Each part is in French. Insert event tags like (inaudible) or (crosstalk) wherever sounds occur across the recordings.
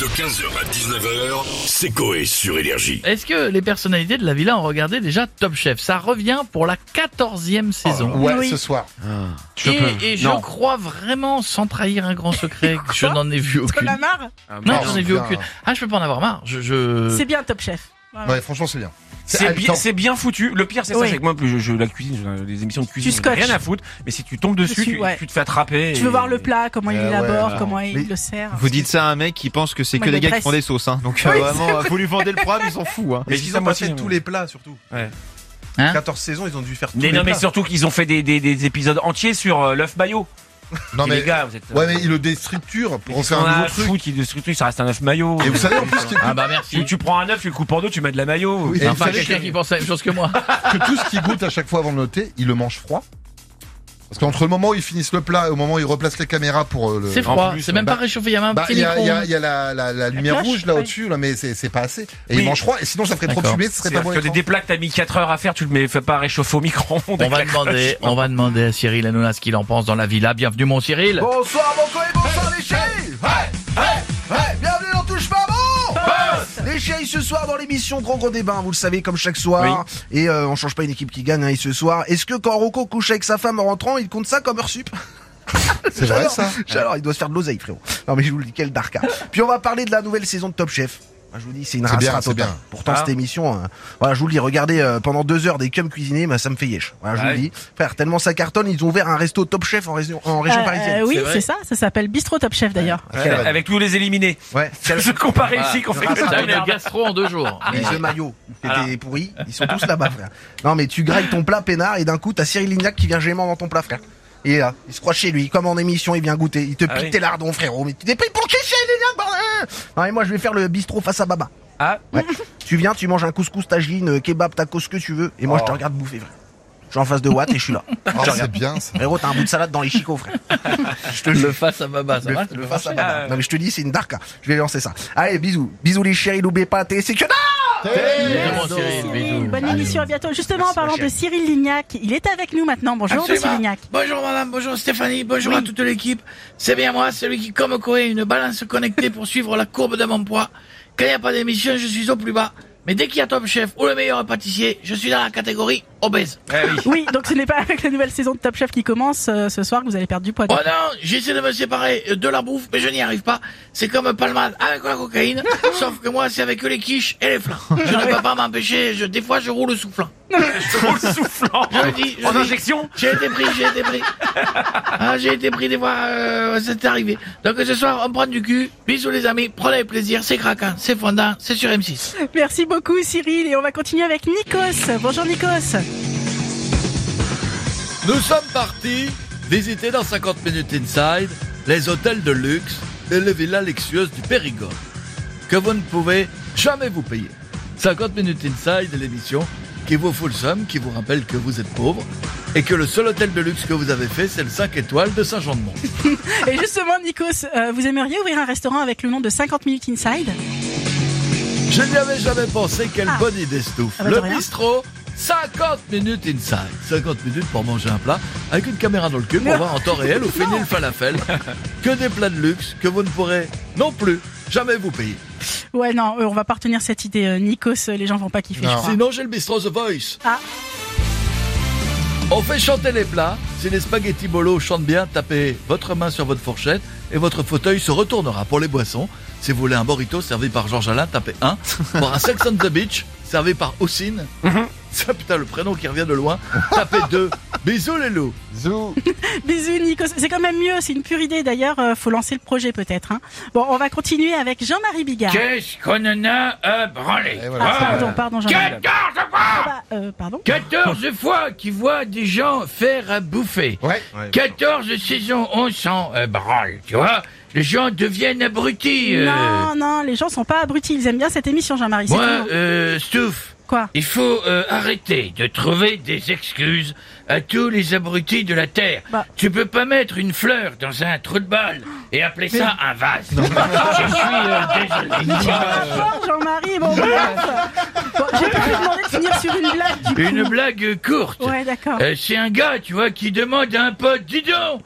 De 15h à 19h, c'est Coé sur (laughs) Énergie. Est-ce que les personnalités de la villa ont regardé déjà Top Chef Ça revient pour la 14e saison. Oh Ouais, ce soir. et et je crois vraiment, sans trahir un grand (laughs) secret, que je n'en ai vu T'en aucune. as marre Non, Ah, j'en ai vu putain. aucune. Ah, je peux pas en avoir marre. Je, Euh. je- C'est bien Top Chef. Voilà. Ouais, franchement, c'est bien. C'est bien, haletant. c'est bien foutu. Le pire, c'est ça, Oui. c'est que moi, plus je, je- la cuisine, je- les émissions de cuisine, j'en ai scotches. rien à foutre. Mais si tu tombes dessus, Dessus, tu, ouais. tu te fais attraper. Tu et- veux voir le plat, comment il Euh, ouais, l'élabore, alors. comment Mais il le sert. Vous dites ça à un mec qui pense que c'est hein, Moi, que je les gars qui presse. font des sauces, hein. (laughs) Donc euh, Oui, c'est vraiment, vous lui vendez le problème, ils s'en foutent, hein. Mais Ils dis ont ça, moi pas aussi, fait hein. tous les plats surtout. Ouais. Hein 14 saisons, ils ont dû faire tous Mais les non, mais plats. surtout qu'ils ont fait des, des, des épisodes entiers sur euh, l'œuf maillot. Non, Et mais. les gars, vous êtes. euh, Ouais, mais il le déstructure pour en faire un un nouveau truc. Foot, il, ce truc, ça reste un œuf maillot. Et vous savez, en plus, que, Ah bah tu, merci. tu prends un œuf, tu le coupes en deux, tu mets de la maillot. Oui. Enfin, Et vous savez quelqu'un que- Euh, qui pense la même chose que moi. que tout ce qu'il goûte à chaque fois avant de noter, il le mange froid. Parce qu'entre le moment où ils finissent le plat et au moment où ils replacent les caméras pour euh, le. C'est froid. plus, C'est même pas bah- réchauffé. Il y a même un Bah, petit il y a, il y a- micro. il y a la, la- la lumière cloche, rouge là ouais. au-dessus, là, mais c'est c'est pas assez. Et Oui. il mange froid, et sinon ça ferait trop de D'accord. fumée, ce serait pas C'est-à-dire bon. que écran. des plats que t'as mis 4 heures à faire, tu le mets, fais pas réchauffer au micro-ondes. On va demander, on va demander à Cyril Hanouna ce qu'il en pense dans la villa. Bienvenue mon Cyril. Bonsoir mon coé, bonsoir les chéris Hey, hey, hey, Bienvenue dans Touche pas bon Les chéris ce soir dans l'émission Grand Gros Débat, hein, vous le savez comme chaque soir. Et euh, on change pas une équipe qui gagne hein, et ce soir. Est-ce que quand Rocco couche avec sa femme en rentrant, il compte ça comme heure sup C'est vrai ça Alors il doit se faire de l'oseille frérot. Non mais je vous le dis, quel darka. Puis on va parler de la nouvelle saison de Top Chef. Ah, Je vous dis, c'est une C'est race bien, rat c'est totale. bien. Pourtant, Ah. cette émission, euh, voilà, je vous le dis, regardez euh, pendant deux heures des cums cuisinés, bah, ça me fait yesh. Voilà, je Ah vous le dis, frère, tellement ça cartonne, ils ont ouvert un resto top chef en région, en région Euh, parisienne. euh, oui, C'est vrai. c'est ça. Ça s'appelle Bistro Top Chef d'ailleurs. Avec tous les éliminés. Ouais. Je compare Ah, ici qu'on fait que T'as ça. une gastro en deux jours. Les jeux maillots, t'étais pourri, ils sont tous là-bas, frère. Non, mais tu grailles ton plat peinard et d'un coup, t'as Cyril Lignac qui vient gêment dans ton plat, frère. Il est là, il se croit chez lui, comme en émission, il vient goûter, il te Ah pique oui. tes lardons, frérot, mais tu t'es pris pour qui Cyril Lignac, bordel Non, mais moi, je vais faire le bistrot face à Baba. (laughs) Ah. Ouais. tu viens, tu manges un couscous, tagine, euh, kebab, tacos, ce que tu veux, et moi, je te regarde bouffer, frère. Je suis en face de Watt et je suis là. Ah, C'est bien ça. Frérot, t'as un bout de salade dans les chicots, frère. Je te Le jure. face à Baba, ça Le, va le face à Ah, Baba. ouais. Non, mais je te dis, c'est une darka. Je vais lancer ça. Allez, bisous. Bisous les chéris, n'oubliez pas la télé, c'est que Bienvenue, mon Cyril. Cyril, Bisous. bonne émission, à bientôt. Justement, en parlant ma de Cyril Lignac, il est avec nous maintenant. Bonjour, monsieur Absolument. Lignac. Bonjour madame, bonjour Stéphanie, bonjour Oui. à toute l'équipe. C'est bien moi, celui qui, comme Corée, une balance connectée pour suivre la courbe de mon poids. Quand il n'y a pas d'émission, je suis au plus bas. Mais dès qu'il y a Top Chef ou le meilleur pâtissier, je suis dans la catégorie obèse. Ah oui. Oui, donc ce n'est pas avec la nouvelle saison de Top Chef qui commence euh, ce soir que vous allez perdre du poids. Oh non, j'essaie de me séparer euh, de la bouffe, mais je n'y arrive pas. C'est comme Palmade avec la (laughs) cocaïne, sauf que moi, c'est avec les quiches et les flans. Je ne peux pas m'empêcher, je, des fois, je roule soufflant. Je roule soufflant. Je le dis, je En le dis. injection J'ai été pris, j'ai été pris. Ah, j'ai été pris des fois, euh, c'est arrivé. Donc ce soir, on prend du cul. Bisous les amis, prenez plaisir, c'est craquant, c'est fondant, c'est sur M6. Merci beaucoup, Cyril. Et on va continuer avec Nikos. Bonjour, Nikos. Nous sommes partis visiter dans 50 minutes inside les hôtels de luxe et les villas luxueuses du Périgord que vous ne pouvez jamais vous payer. 50 minutes inside est l'émission qui vous fout le somme, qui vous rappelle que vous êtes pauvre et que le seul hôtel de luxe que vous avez fait, c'est le 5 étoiles de Saint-Jean-de-Mont. Et justement, Nikos, euh, vous aimeriez ouvrir un restaurant avec le nom de 50 minutes inside Je n'y avais jamais pensé, quelle Ah. bonne idée Stouff. Ah bah, de le rien. bistrot, 50 minutes inside. 50 minutes pour manger un plat, avec une caméra dans le cul pour voir en temps réel (laughs) où finit le falafel. Que des plats de luxe que vous ne pourrez non plus jamais vous payer. Ouais, non, euh, on va pas retenir cette idée, euh, Nikos. euh, Les gens vont pas kiffer, je Non. crois. Sinon, j'ai le bistrot The Voice. Ah. On fait chanter les plats. Si les spaghettis bolo chantent bien, tapez votre main sur votre fourchette et votre fauteuil se retournera. Pour les boissons, si vous voulez un burrito servi par Georges Alain, tapez 1. (laughs) Pour un Sex on the Beach servi par Houssine, ça Ah, putain le prénom qui revient de loin, tapez 2. Bisous les loups. Zou. Bisous, Nikos. C'est quand même mieux, c'est une pure idée d'ailleurs. euh, faut lancer le projet peut-être. hein. Bon, on va continuer avec Jean-Marie Bigard. Qu'est-ce qu'on en a à branler Et Ah, voilà, ça- pardon, pardon, Jean-Marie. 14 fois Ah, euh, pardon. 14 fois qui voit des gens faire à bouffer. Ouais. 14 saisons, on s'en euh, branle, tu vois Les gens deviennent abrutis. euh. Non, non, les gens sont pas abrutis. Ils aiment bien cette émission, Jean-Marie. c'est Moi, tout. euh, Stouff, Quoi Il faut euh, arrêter de trouver des excuses à tous les abrutis de la Terre. Bah. Tu peux pas mettre une fleur dans un trou de balle et appeler ça un vase. (laughs) Je suis euh, désolé. Rapport, Jean-Marie, Ah, bon, (laughs) bref. Bon, j'ai pas pu demander de finir sur une blague, du coup. Une blague courte. Ouais, d'accord. Euh, c'est un gars, tu vois, qui demande à un pote, dis donc,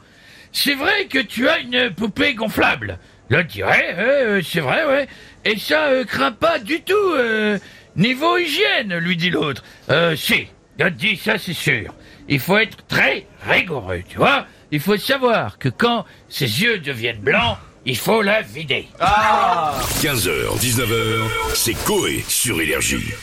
c'est vrai que tu as une poupée gonflable. L'autre dit, ouais, ouais, euh, c'est vrai, ouais. Et ça euh, craint pas du tout euh, niveau hygiène, lui dit l'autre. Euh, si. L'autre dit, ça c'est sûr. Il faut être très rigoureux, tu vois. Il faut savoir que quand ses yeux deviennent blancs, il faut la vider. 15h, 19h, c'est Coé sur Énergie.